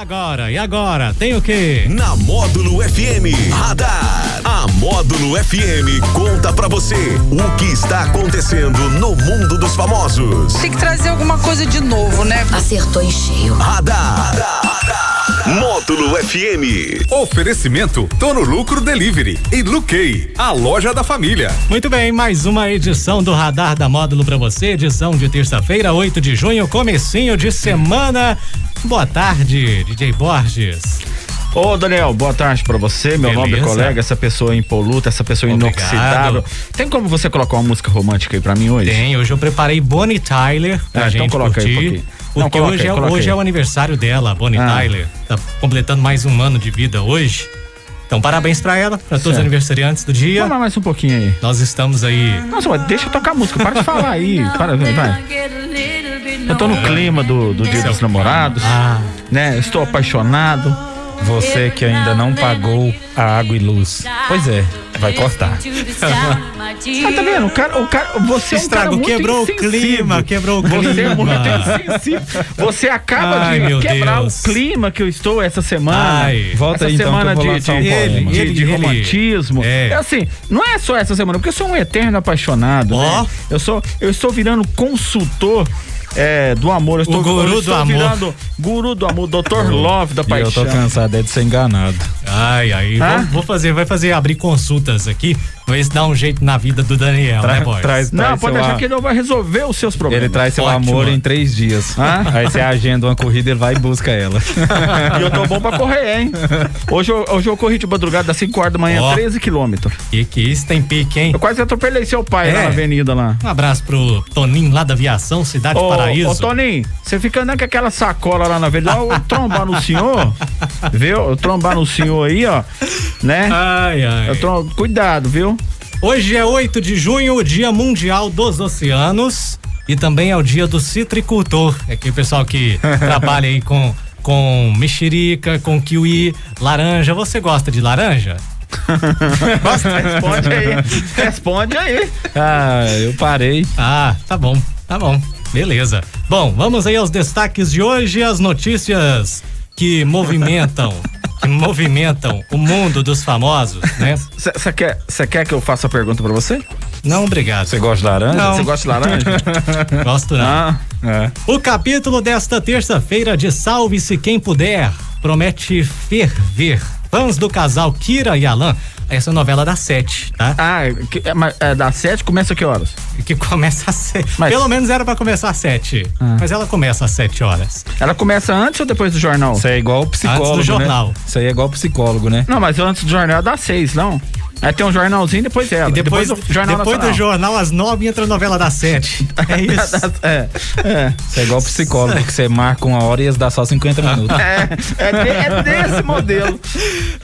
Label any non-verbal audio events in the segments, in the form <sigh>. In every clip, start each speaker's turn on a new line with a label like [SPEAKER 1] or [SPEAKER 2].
[SPEAKER 1] Agora, e agora? Tem o quê?
[SPEAKER 2] Na Módulo FM, Radar. A Módulo FM conta pra você o que está acontecendo no mundo dos famosos.
[SPEAKER 3] Tem que trazer alguma coisa de novo, né?
[SPEAKER 4] Acertou em cheio.
[SPEAKER 2] Radar. Módulo FM.
[SPEAKER 5] Oferecimento Tono Lucro Delivery e Luquei, a loja da família.
[SPEAKER 1] Muito bem, mais uma edição do Radar da Módulo pra você, edição de terça-feira, 8 de junho, comecinho de semana. Boa tarde, DJ Borges.
[SPEAKER 6] Ô Daniel, boa tarde pra você, meu
[SPEAKER 1] Beleza.
[SPEAKER 6] nobre colega, essa pessoa impoluta, essa pessoa
[SPEAKER 1] Obrigado.
[SPEAKER 6] inoxidável. Tem como você colocar uma música romântica aí pra mim hoje?
[SPEAKER 1] Tem, hoje eu preparei Bonnie Tyler pra
[SPEAKER 6] Ah,
[SPEAKER 1] gente
[SPEAKER 6] então coloca aí um
[SPEAKER 1] curtir.
[SPEAKER 6] pouquinho. Não,
[SPEAKER 1] porque
[SPEAKER 6] coloca
[SPEAKER 1] hoje,
[SPEAKER 6] aí,
[SPEAKER 1] é,
[SPEAKER 6] coloca
[SPEAKER 1] hoje
[SPEAKER 6] aí.
[SPEAKER 1] é o aniversário dela, a Bonnie
[SPEAKER 6] Ah.
[SPEAKER 1] Tyler. Tá completando mais um ano de vida hoje. Então, parabéns pra ela, pra todos os
[SPEAKER 6] Certo.
[SPEAKER 1] aniversariantes do dia.
[SPEAKER 6] Vamos lá mais um pouquinho aí.
[SPEAKER 1] Nós estamos aí.
[SPEAKER 6] Nossa, mas deixa eu tocar a música, para de falar aí. Para, vai, vai. Eu tô no clima do, do Dia dos Namorados,
[SPEAKER 1] Ah,
[SPEAKER 6] né? Estou apaixonado.
[SPEAKER 7] Você que ainda não pagou a água e luz. Pois é, vai cortar.
[SPEAKER 6] <laughs> Ah, tá vendo? O cara, o cara, você é um cara
[SPEAKER 1] Estrago,
[SPEAKER 6] muito
[SPEAKER 1] quebrou o
[SPEAKER 6] insensível.
[SPEAKER 1] clima, quebrou o
[SPEAKER 6] Você é
[SPEAKER 1] clima.
[SPEAKER 6] muito insensível. Você acaba
[SPEAKER 1] Ai, meu
[SPEAKER 6] de quebrar
[SPEAKER 1] Deus.
[SPEAKER 6] o clima que eu estou essa semana.
[SPEAKER 1] Ai.
[SPEAKER 7] Volta
[SPEAKER 6] essa
[SPEAKER 7] aí, então,
[SPEAKER 6] semana
[SPEAKER 7] que eu vou
[SPEAKER 6] de, de,
[SPEAKER 7] lançar um
[SPEAKER 6] de-
[SPEAKER 1] poema.
[SPEAKER 6] de-
[SPEAKER 1] Ele-
[SPEAKER 6] de
[SPEAKER 1] ele-
[SPEAKER 6] romantismo.
[SPEAKER 1] É.
[SPEAKER 6] É. assim, não é só essa semana, porque eu sou um eterno apaixonado.
[SPEAKER 1] Ó.
[SPEAKER 6] Né? Eu, sou, eu estou virando consultor. é, do amor, eu estou,
[SPEAKER 1] guru
[SPEAKER 6] eu
[SPEAKER 1] do
[SPEAKER 6] estou
[SPEAKER 1] amor.
[SPEAKER 6] virando guru do amor, doutor Love da
[SPEAKER 7] E eu
[SPEAKER 6] paixão.
[SPEAKER 7] tô cansado é de ser enganado.
[SPEAKER 1] ai, ai.
[SPEAKER 6] Hã?
[SPEAKER 7] Tá?
[SPEAKER 1] Vou, vou fazer, vai fazer abrir consultas aqui, ver se dá um jeito na vida do Daniel, né, Borges?
[SPEAKER 7] traz,
[SPEAKER 6] Não,
[SPEAKER 7] traz
[SPEAKER 6] pode
[SPEAKER 7] seu
[SPEAKER 6] achar
[SPEAKER 7] a-
[SPEAKER 6] que ele não vai resolver os seus problemas.
[SPEAKER 7] Ele traz seu
[SPEAKER 1] Ótimo.
[SPEAKER 7] amor em três dias.
[SPEAKER 1] <laughs>
[SPEAKER 6] Ah?
[SPEAKER 7] Aí você agenda uma corrida, ele vai e busca ela.
[SPEAKER 6] E eu tô bom pra correr, hein? Hoje eu, hoje eu corri de madrugada das 5 horas da manhã,
[SPEAKER 1] Ó.
[SPEAKER 6] 13 quilômetros.
[SPEAKER 1] Que que é isso tem pique, hein?
[SPEAKER 6] Eu quase atropelei seu pai
[SPEAKER 1] É.
[SPEAKER 6] lá na avenida lá.
[SPEAKER 1] Um abraço pro Toninho lá da Aviação, Cidade É
[SPEAKER 6] Ô,
[SPEAKER 1] Paraíso.
[SPEAKER 6] ô Toninho, você fica andando com aquela sacola lá na avenida, ó, eu trombar no senhor, viu? Eu trombar no senhor aí, ó, né?
[SPEAKER 1] Ai, ai.
[SPEAKER 6] Eu trom... Cuidado, viu?
[SPEAKER 1] Hoje é 8 de junho, o Dia Mundial dos Oceanos e também é o Dia do Citricultor. É que o pessoal
[SPEAKER 7] <laughs>
[SPEAKER 1] que trabalha aí com, com mexerica, com kiwi, laranja. Você gosta de laranja?
[SPEAKER 6] Responde aí, responde aí.
[SPEAKER 7] Ah, eu parei.
[SPEAKER 1] Ah, tá bom, tá bom. Beleza. Bom, vamos aí aos destaques de hoje, as notícias que
[SPEAKER 6] <laughs>
[SPEAKER 1] movimentam, que movimentam o mundo dos famosos, né?
[SPEAKER 6] Você quer, cê quer que eu faça a pergunta pra você?
[SPEAKER 1] Não, obrigado.
[SPEAKER 7] Você gosta de laranja?
[SPEAKER 1] Não.
[SPEAKER 6] Você gosta de
[SPEAKER 7] <laughs>
[SPEAKER 6] laranja?
[SPEAKER 1] Gosto não.
[SPEAKER 6] ah,
[SPEAKER 7] É.
[SPEAKER 1] O capítulo desta terça-feira de Salve-se Quem Puder promete ferver. Fãs do casal Kira e Alan, essa é a novela das sete, tá?
[SPEAKER 6] ah que- é, mas, é, das 7 começa que horas?
[SPEAKER 1] Que começa às sete.
[SPEAKER 6] Mas- Ah.
[SPEAKER 1] Pelo menos era pra começar às sete. Mas ela começa às sete horas.
[SPEAKER 6] Ela começa antes ou depois do jornal?
[SPEAKER 7] Isso aí é igual o psicólogo.
[SPEAKER 1] Antes do jornal.
[SPEAKER 7] Né? Isso aí é igual o psicólogo, né?
[SPEAKER 6] Não, mas antes do jornal dá seis, não? Aí tem um jornalzinho depois ela.
[SPEAKER 1] E depois,
[SPEAKER 6] do jornal
[SPEAKER 1] depois do
[SPEAKER 6] nacional.
[SPEAKER 1] jornal às nove entra a novela das
[SPEAKER 6] <laughs>
[SPEAKER 1] sete. É isso.
[SPEAKER 6] É, é,
[SPEAKER 7] Isso é igual o psicólogo, que você marca uma hora e eles dá só
[SPEAKER 6] <laughs>
[SPEAKER 7] 50 minutos.
[SPEAKER 6] é, é, de- é desse modelo.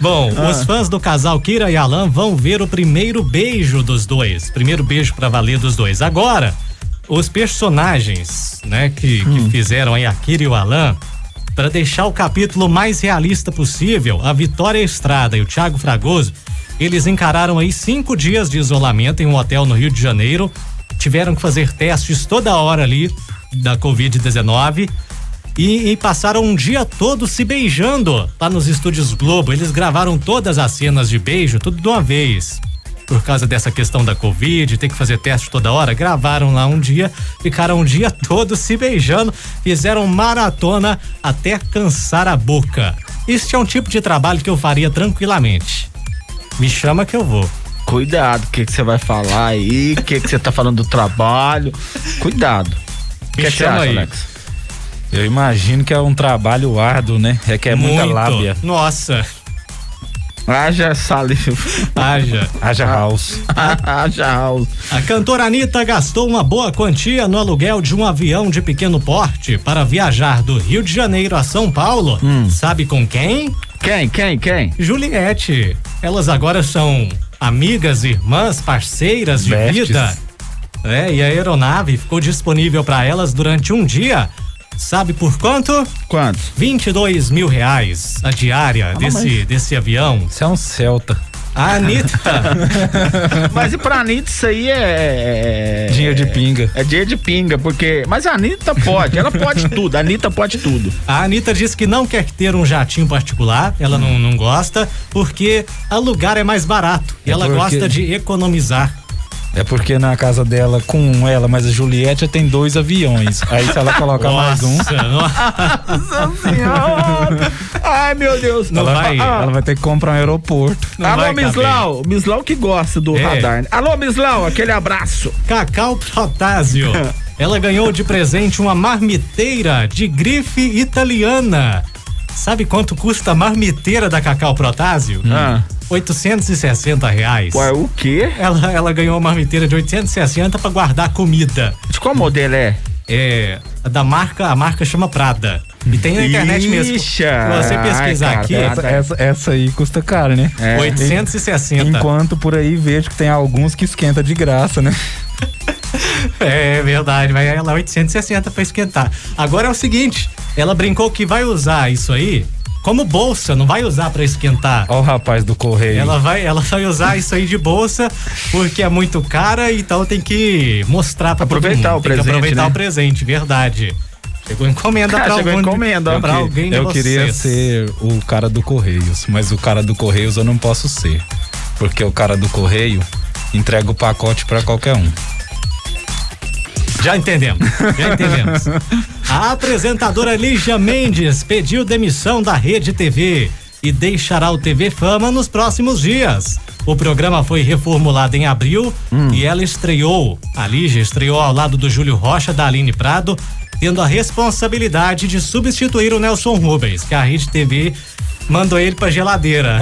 [SPEAKER 1] Bom,
[SPEAKER 6] Ah.
[SPEAKER 1] os fãs do casal Kira e Alan vão ver o primeiro beijo dos dois. Primeiro beijo pra valer dos dois. Agora, os personagens, né, que, que
[SPEAKER 6] Hum.
[SPEAKER 1] fizeram aí a Kira e o Alan, pra deixar o capítulo mais realista possível, a Vitória Estrada e o Thiago Fragoso, eles encararam aí cinco dias de isolamento em um hotel no Rio de Janeiro. Tiveram que fazer testes toda hora ali da Covid-19 e, e passaram um dia todo se beijando lá nos estúdios Globo. Eles gravaram todas as cenas de beijo, tudo de uma vez. Por causa dessa questão da Covid, tem que fazer teste toda hora, gravaram lá um dia, ficaram um dia <laughs> todo se beijando, fizeram maratona até cansar a boca. Este é um tipo de trabalho que eu faria tranquilamente. Me chama que eu vou.
[SPEAKER 6] Cuidado, o que que você vai falar aí? O que que você tá falando do trabalho? Cuidado. O
[SPEAKER 1] Me
[SPEAKER 6] que que você
[SPEAKER 1] chama
[SPEAKER 6] acha,
[SPEAKER 1] aí.
[SPEAKER 6] Alex?
[SPEAKER 7] Eu imagino que é um trabalho árduo, né? Requer muita lábia.
[SPEAKER 1] Nossa, <laughs>
[SPEAKER 6] Haja saliva. <laughs>
[SPEAKER 1] haja.
[SPEAKER 7] Haja
[SPEAKER 6] Ah.
[SPEAKER 7] house.
[SPEAKER 6] Haja house.
[SPEAKER 1] A cantora Anitta gastou uma boa quantia no aluguel de um avião de pequeno porte para viajar do Rio de Janeiro a São Paulo. Sabe com quem?
[SPEAKER 6] Quem, quem, quem?
[SPEAKER 1] Juliette. Elas agora são amigas, irmãs, parceiras de
[SPEAKER 7] Bestes.
[SPEAKER 1] vida. É, e a aeronave ficou disponível para elas durante um dia. Sabe por quanto?
[SPEAKER 6] Quantos?
[SPEAKER 1] 22 mil reais a diária desse, desse avião.
[SPEAKER 7] Isso é um celta.
[SPEAKER 1] A Anitta.
[SPEAKER 6] Mas e pra Anitta isso aí é.
[SPEAKER 7] Dinheiro de pinga.
[SPEAKER 6] É dinheiro de pinga, porque. Mas a Anitta pode, ela pode tudo, a Anitta pode tudo.
[SPEAKER 1] A Anitta disse que não quer ter um jatinho particular, ela não, não gosta, porque alugar é mais barato. E
[SPEAKER 7] É
[SPEAKER 1] ela
[SPEAKER 7] porque-
[SPEAKER 1] gosta de economizar.
[SPEAKER 7] É porque na casa dela, com ela, mas a Juliette tem dois aviões. Aí se ela colocar mais um,
[SPEAKER 1] Nossa, nossa.
[SPEAKER 6] Nossa senhora! Ai, meu Deus! Ah,
[SPEAKER 1] Não
[SPEAKER 7] ela
[SPEAKER 1] vai.
[SPEAKER 7] vai, ela vai ter que comprar um aeroporto.
[SPEAKER 1] Não
[SPEAKER 6] Alô,
[SPEAKER 1] vai
[SPEAKER 6] Mislau! Mislau que gosta do
[SPEAKER 1] É.
[SPEAKER 6] radar. né? Alô, Mislau, aquele abraço.
[SPEAKER 7] <laughs>
[SPEAKER 1] Cacau Protásio. Ela ganhou de presente uma marmiteira de grife italiana. Sabe quanto custa a marmiteira da Cacau Protásio?
[SPEAKER 7] Hum.
[SPEAKER 6] Ah.
[SPEAKER 1] 860 reais.
[SPEAKER 6] Ué, o quê?
[SPEAKER 1] Ela, ela ganhou uma marmiteira de 860 pra guardar comida.
[SPEAKER 6] De qual modelo é?
[SPEAKER 1] É, a da marca, a marca chama Prada. E tem na internet mesmo. Se
[SPEAKER 6] Ixa!
[SPEAKER 1] você pesquisar
[SPEAKER 6] Ai, cara,
[SPEAKER 1] aqui,
[SPEAKER 6] tá-
[SPEAKER 7] Essa, essa- essa aí custa caro, né?
[SPEAKER 6] É.
[SPEAKER 1] 860.
[SPEAKER 7] Enquanto por aí vejo que tem alguns que esquenta de graça, né?
[SPEAKER 1] <laughs> É verdade, vai ela 860 pra esquentar. Agora é o seguinte, ela brincou que vai usar isso aí como bolsa, não vai usar pra esquentar.
[SPEAKER 7] Ó o rapaz do correio.
[SPEAKER 1] Ela vai, ela vai usar isso aí de bolsa porque é muito cara, então tem que mostrar pra todo
[SPEAKER 6] Aproveitar
[SPEAKER 1] mundo.
[SPEAKER 6] o
[SPEAKER 1] Tem que
[SPEAKER 6] presente,
[SPEAKER 1] aproveitar
[SPEAKER 6] né?
[SPEAKER 1] o presente, verdade. Chegou encomenda
[SPEAKER 6] Cara,
[SPEAKER 1] pra
[SPEAKER 6] chegou
[SPEAKER 1] algum,
[SPEAKER 6] encomenda, ó.
[SPEAKER 1] pra
[SPEAKER 6] Eu que-
[SPEAKER 1] alguém de
[SPEAKER 7] Eu
[SPEAKER 1] vocês.
[SPEAKER 7] queria ser o cara do Correios, mas o cara do Correios eu não posso ser. Porque o cara do Correio entrega o pacote pra qualquer um.
[SPEAKER 1] Já entendemos, já entendemos. A apresentadora Lígia Mendes pediu demissão da Rede TV e deixará o TV Fama nos próximos dias. O programa foi reformulado em abril
[SPEAKER 7] Hum.
[SPEAKER 1] e ela estreou. A Lígia estreou ao lado do Júlio Rocha, da Aline Prado, tendo a responsabilidade de substituir o Nelson Rubens, que a Rede TV mandou ele pra geladeira.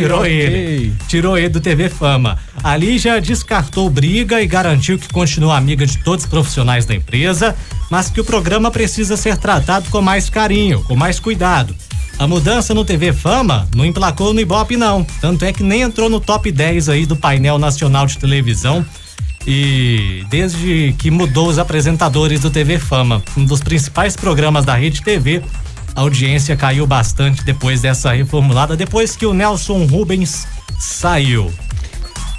[SPEAKER 1] <laughs> Tirou
[SPEAKER 7] ok.
[SPEAKER 1] ele tirou ele do TV Fama. Ali já descartou briga e garantiu que continua amiga de todos os profissionais da empresa, mas que o programa precisa ser tratado com mais carinho, com mais cuidado. A mudança no TV Fama não emplacou no Ibope, não. Tanto é que nem entrou no top 10 aí do painel nacional de televisão. E desde que mudou os apresentadores do TV Fama, um dos principais programas da Rede TV, a audiência caiu bastante depois dessa reformulada, depois que o Nelson Rubens saiu.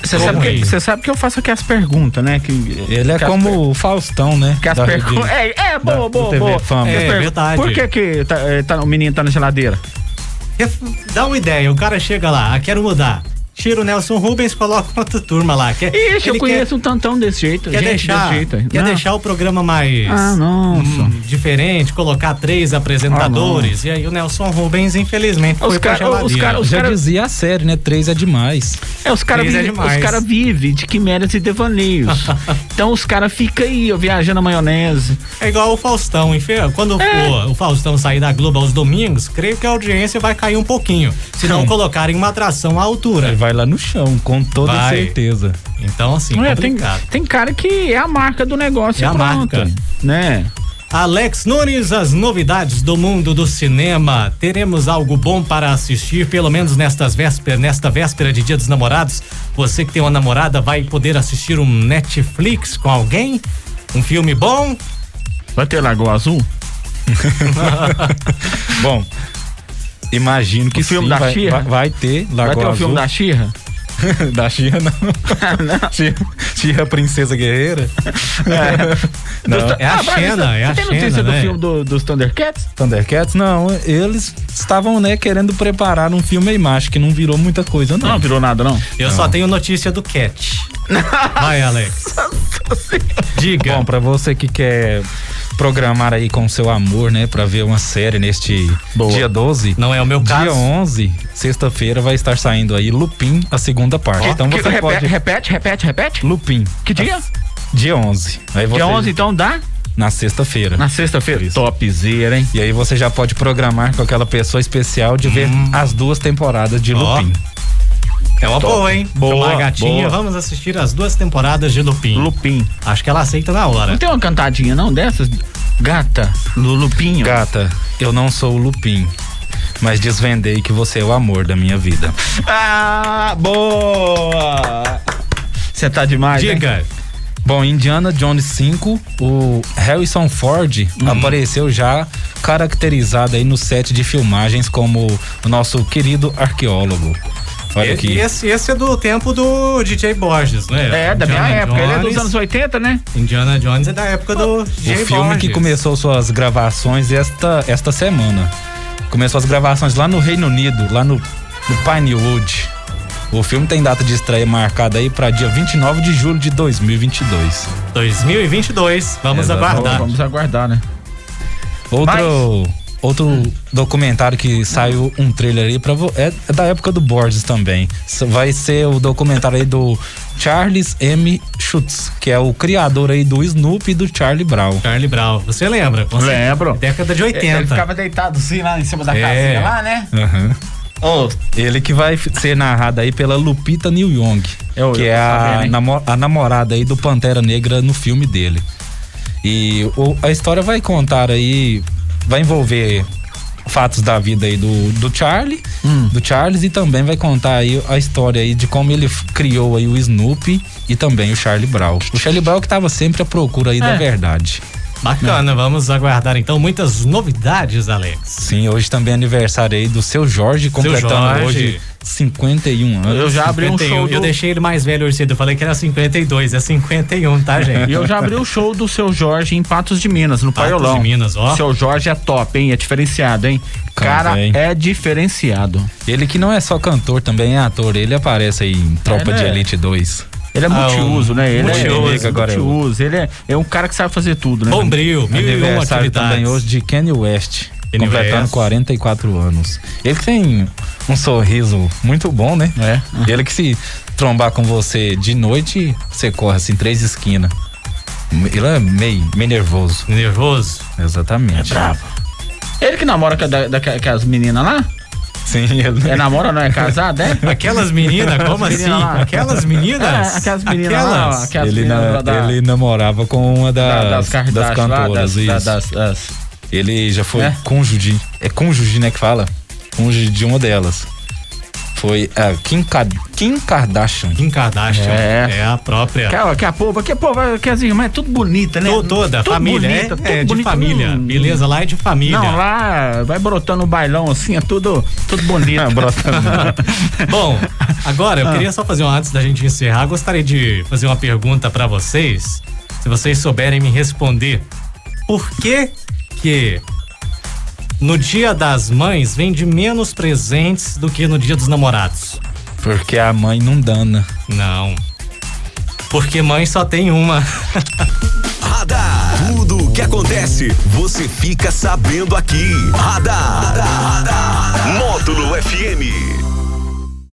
[SPEAKER 6] Você
[SPEAKER 1] Como
[SPEAKER 6] sabe,
[SPEAKER 1] é?
[SPEAKER 6] que, você sabe que eu faço aqui as perguntas, né? Que,
[SPEAKER 7] Ele é
[SPEAKER 6] que as
[SPEAKER 7] como o Faustão, né?
[SPEAKER 6] Que as
[SPEAKER 7] Da
[SPEAKER 6] pergu-
[SPEAKER 7] Rede-
[SPEAKER 6] É, é,
[SPEAKER 7] da-
[SPEAKER 6] boa,
[SPEAKER 7] do
[SPEAKER 6] boa,
[SPEAKER 7] TV
[SPEAKER 6] boa.
[SPEAKER 7] Fama.
[SPEAKER 6] Que as
[SPEAKER 1] É,
[SPEAKER 6] pergu-
[SPEAKER 1] verdade.
[SPEAKER 6] Por que, que tá- eh, tá- o menino tá na geladeira?
[SPEAKER 1] Ref- Dá uma ideia, o cara chega lá, ah, quero mudar. Tira o Nelson Rubens, coloca outra turma lá. Quer,
[SPEAKER 6] Ixi, eu
[SPEAKER 1] ele
[SPEAKER 6] conheço um tantão desse jeito.
[SPEAKER 1] Quer, quer
[SPEAKER 6] gente
[SPEAKER 1] deixar,
[SPEAKER 6] desse jeito.
[SPEAKER 1] quer
[SPEAKER 6] Não.
[SPEAKER 1] deixar o programa mais
[SPEAKER 6] Ah, nossa. Ah,
[SPEAKER 1] hum, diferente, colocar três apresentadores. e aí o Nelson Rubens, infelizmente,
[SPEAKER 6] Os
[SPEAKER 1] foi pra
[SPEAKER 6] cara- os
[SPEAKER 1] geladeira.
[SPEAKER 6] cara- os
[SPEAKER 7] Já
[SPEAKER 6] cara-
[SPEAKER 7] dizia a série, né? Três é demais.
[SPEAKER 6] É, os caras
[SPEAKER 1] Três é
[SPEAKER 6] vivem
[SPEAKER 1] demais.
[SPEAKER 6] cara vive de quimeras e
[SPEAKER 1] <laughs>
[SPEAKER 6] devaneios. então os caras ficam aí, ó, viajando a maionese.
[SPEAKER 1] É igual o Faustão, enfim, quando
[SPEAKER 6] É.
[SPEAKER 1] o, o Faustão sair da Globo aos domingos, creio que a audiência vai cair um pouquinho, se não colocarem uma atração à
[SPEAKER 7] Ele
[SPEAKER 1] altura.
[SPEAKER 7] vai lá no chão, com toda
[SPEAKER 1] Vai.
[SPEAKER 7] certeza.
[SPEAKER 1] Então, assim,
[SPEAKER 6] Não é, tem,
[SPEAKER 1] complicado.
[SPEAKER 6] tem cara que é a marca do negócio
[SPEAKER 1] É
[SPEAKER 6] e
[SPEAKER 1] a
[SPEAKER 6] pronto.
[SPEAKER 1] marca.
[SPEAKER 6] Né?
[SPEAKER 1] Alex Nunes, as novidades do mundo do cinema. Teremos algo bom para assistir, pelo menos nestas vésperas, nesta véspera de Dia dos Namorados. Você que tem uma namorada vai poder assistir um Netflix com alguém? Um filme bom?
[SPEAKER 6] Vai ter Lagoa Azul?
[SPEAKER 7] Bom, imagino que
[SPEAKER 6] O filme
[SPEAKER 7] sim,
[SPEAKER 6] da
[SPEAKER 7] vai,
[SPEAKER 6] Xirra?
[SPEAKER 7] vai- vai ter
[SPEAKER 6] Vai
[SPEAKER 7] Lagoa
[SPEAKER 6] ter o filme da
[SPEAKER 7] Azul.
[SPEAKER 6] Xirra?
[SPEAKER 7] <laughs> da
[SPEAKER 6] <laughs>
[SPEAKER 7] Xirra, não. Xirra, Xirra Princesa Guerreira. Não.
[SPEAKER 1] É a
[SPEAKER 6] vai,
[SPEAKER 1] Xena, é a
[SPEAKER 6] Ah, Você tem notícia
[SPEAKER 1] Xena,
[SPEAKER 6] do
[SPEAKER 1] né?
[SPEAKER 6] filme do- dos Thundercats?
[SPEAKER 7] Thundercats, não, eles estavam, né, querendo preparar um filme aí, macho, que não virou muita coisa, não.
[SPEAKER 6] Não virou nada, não.
[SPEAKER 1] Eu só tenho notícia do Cat. Vai, Alex. Diga.
[SPEAKER 7] Bom, pra você que quer programar aí com seu amor, né, pra ver uma série neste
[SPEAKER 6] Boa.
[SPEAKER 7] dia 12.
[SPEAKER 1] Não é o meu
[SPEAKER 7] Dia
[SPEAKER 1] caso.
[SPEAKER 7] 11, sexta-feira, vai estar saindo aí Lupin, a segunda parte. então
[SPEAKER 6] Que-
[SPEAKER 7] você
[SPEAKER 6] repete,
[SPEAKER 7] pode.
[SPEAKER 6] repete, repete, repete.
[SPEAKER 7] Lupin.
[SPEAKER 6] Que dia?
[SPEAKER 7] Dia 11. Aí você,
[SPEAKER 6] Dia 11, então dá?
[SPEAKER 7] Na sexta-feira.
[SPEAKER 6] Na sexta-feira. Topzera, hein?
[SPEAKER 7] E aí você já pode programar com aquela pessoa especial de ver as duas temporadas de
[SPEAKER 1] Hum. Ó.
[SPEAKER 7] Lupin.
[SPEAKER 1] É uma boa, hein?
[SPEAKER 6] Boa,
[SPEAKER 1] Chamar a gatinha,
[SPEAKER 6] boa.
[SPEAKER 1] vamos assistir as duas temporadas de Lupin.
[SPEAKER 6] Lupin.
[SPEAKER 1] Acho que ela aceita na
[SPEAKER 6] Não
[SPEAKER 1] hora.
[SPEAKER 6] tem uma cantadinha, não, dessas? Gata, do Lupinho.
[SPEAKER 7] Gata, eu não sou o Lupin, mas desvendei que você é o amor da minha vida.
[SPEAKER 6] Ah, boa! Você tá demais, hein?
[SPEAKER 1] Diga.
[SPEAKER 7] Bom, em Indiana Jones 5, o Harrison Ford
[SPEAKER 1] Hum.
[SPEAKER 7] apareceu já caracterizado aí no set de filmagens como o nosso querido arqueólogo. Olha
[SPEAKER 1] E-
[SPEAKER 7] aqui.
[SPEAKER 1] Esse, esse é do tempo do DJ Borges, né?
[SPEAKER 6] É, da minha
[SPEAKER 1] Indiana
[SPEAKER 6] época. Ele é dos
[SPEAKER 1] Jones.
[SPEAKER 6] anos 80, né?
[SPEAKER 1] Indiana Jones é da época do
[SPEAKER 7] O
[SPEAKER 1] DJ
[SPEAKER 7] Um filme que
[SPEAKER 1] Borges.
[SPEAKER 7] começou suas gravações esta, esta semana. Começou as gravações lá no Reino Unido, lá no, no Pinewood. O filme tem data de estreia marcada aí pra dia 29 de julho de 2022.
[SPEAKER 1] 2022. Vamos
[SPEAKER 7] Exato.
[SPEAKER 1] aguardar.
[SPEAKER 6] Vamos aguardar, né?
[SPEAKER 7] Outro, outro documentário que saiu um trailer aí pra, vo- é, é da época do Borges também. S- Vai ser o documentário aí do Charles M. Schutz, que é o criador aí do Snoopy e do Charlie Brown.
[SPEAKER 1] Charlie Brown. Você lembra? Com certeza.
[SPEAKER 6] Lembro.
[SPEAKER 1] Década de
[SPEAKER 6] Ele
[SPEAKER 1] 80.
[SPEAKER 6] ficava deitado assim lá em cima da
[SPEAKER 1] É.
[SPEAKER 6] casinha lá, né?
[SPEAKER 7] Ele que vai f- ser narrado aí pela Lupita New Young,
[SPEAKER 6] Eu-
[SPEAKER 7] que
[SPEAKER 6] eu
[SPEAKER 7] é
[SPEAKER 6] sabia,
[SPEAKER 7] a,
[SPEAKER 6] né?
[SPEAKER 7] namo- a namorada aí do Pantera Negra no filme dele. E o- a história vai contar aí, vai envolver fatos da vida aí do, do Charlie, do Charles e também vai contar aí a história aí de como ele f- criou aí o Snoopy e também o Charlie Brown. O Charlie Brown que tava sempre à procura aí da
[SPEAKER 6] É.
[SPEAKER 7] verdade.
[SPEAKER 1] Bacana, vamos aguardar então muitas novidades, Alex.
[SPEAKER 7] Sim, hoje também é aniversário aí do seu Jorge, completando
[SPEAKER 1] Jorge.
[SPEAKER 7] hoje 51 anos.
[SPEAKER 6] Eu já abri um
[SPEAKER 1] 51.
[SPEAKER 6] show
[SPEAKER 1] Eu
[SPEAKER 6] do...
[SPEAKER 1] deixei ele mais velho, Urcido. Eu falei que era 52, é 51,
[SPEAKER 6] <laughs>
[SPEAKER 1] tá, gente?
[SPEAKER 6] E eu já abri o show do seu Jorge em Patos de Minas, no
[SPEAKER 1] Patos
[SPEAKER 6] Paiolão.
[SPEAKER 1] de Minas, ó.
[SPEAKER 6] Seu Jorge é top, hein? É diferenciado, hein? Cara,
[SPEAKER 7] Também.
[SPEAKER 6] é diferenciado.
[SPEAKER 7] Ele que não é só cantor, também é ator. Ele aparece aí em Tropa
[SPEAKER 6] É, né?
[SPEAKER 7] de Elite 2.
[SPEAKER 6] Ele é
[SPEAKER 1] Ah,
[SPEAKER 6] multiuso,
[SPEAKER 1] o
[SPEAKER 6] né? Ele
[SPEAKER 7] multiuso,
[SPEAKER 6] é
[SPEAKER 7] agora é o-
[SPEAKER 6] multiuso. Ele é, é um cara que sabe fazer tudo, né?
[SPEAKER 1] Bombril, mil e uma
[SPEAKER 7] Aniversário
[SPEAKER 1] atividades.
[SPEAKER 7] também hoje de Kanye West.
[SPEAKER 1] Kanye
[SPEAKER 7] completando
[SPEAKER 1] West.
[SPEAKER 7] 44 anos. Ele que tem um sorriso muito bom, né?
[SPEAKER 6] É.
[SPEAKER 7] Ele que se trombar com você de noite, você corre assim, três esquinas. Ele é meio, meio nervoso.
[SPEAKER 1] Nervoso.
[SPEAKER 6] É
[SPEAKER 7] Exatamente.
[SPEAKER 6] Ele que namora com, a da, da, com as meninas lá?
[SPEAKER 7] Sim, ele
[SPEAKER 6] É namora, não é casado, é?
[SPEAKER 1] Aquelas
[SPEAKER 6] <laughs>
[SPEAKER 1] meninas, como
[SPEAKER 6] As
[SPEAKER 1] assim?
[SPEAKER 6] meninas lá.
[SPEAKER 1] Aquelas <laughs> meninas?
[SPEAKER 6] É, aquelas meninas lá, ó, aquelas
[SPEAKER 7] ele,
[SPEAKER 6] meninas da-
[SPEAKER 7] na-
[SPEAKER 6] da-
[SPEAKER 7] ele namorava com uma
[SPEAKER 6] da-
[SPEAKER 7] das,
[SPEAKER 6] das
[SPEAKER 7] das,
[SPEAKER 6] Kardashian lá,
[SPEAKER 7] cantoras.
[SPEAKER 6] das- da-
[SPEAKER 7] isso.
[SPEAKER 6] das- das-
[SPEAKER 7] Ele já foi
[SPEAKER 6] É?
[SPEAKER 7] cônjuge. É cônjuge, né, que fala? Cônjuge de uma delas. Foi a Kim, Ka- Kim Kardashian.
[SPEAKER 1] Kim Kardashian.
[SPEAKER 6] É.
[SPEAKER 1] É, a própria.
[SPEAKER 6] Que, a- que a povo, que a povo, que as irmãs, é tudo bonita, né?
[SPEAKER 1] To- toda,
[SPEAKER 6] Tudo
[SPEAKER 1] família.
[SPEAKER 6] bonita,
[SPEAKER 1] é,
[SPEAKER 6] tudo
[SPEAKER 1] é, de
[SPEAKER 6] bonita.
[SPEAKER 1] família.
[SPEAKER 6] Hum.
[SPEAKER 1] Beleza, lá é de família.
[SPEAKER 6] Não, lá vai brotando o bailão assim, é tudo, tudo bonito.
[SPEAKER 1] Bom, agora eu queria só fazer um antes da gente encerrar. Gostaria de fazer uma pergunta pra vocês, se vocês souberem me responder. Por que que no Dia das Mães vende menos presentes do que no Dia dos Namorados?
[SPEAKER 7] Porque a mãe não dana.
[SPEAKER 1] Não. Porque mãe só tem uma.
[SPEAKER 2] Radar. Tudo o que acontece, você fica sabendo aqui. Radar. Módulo FM.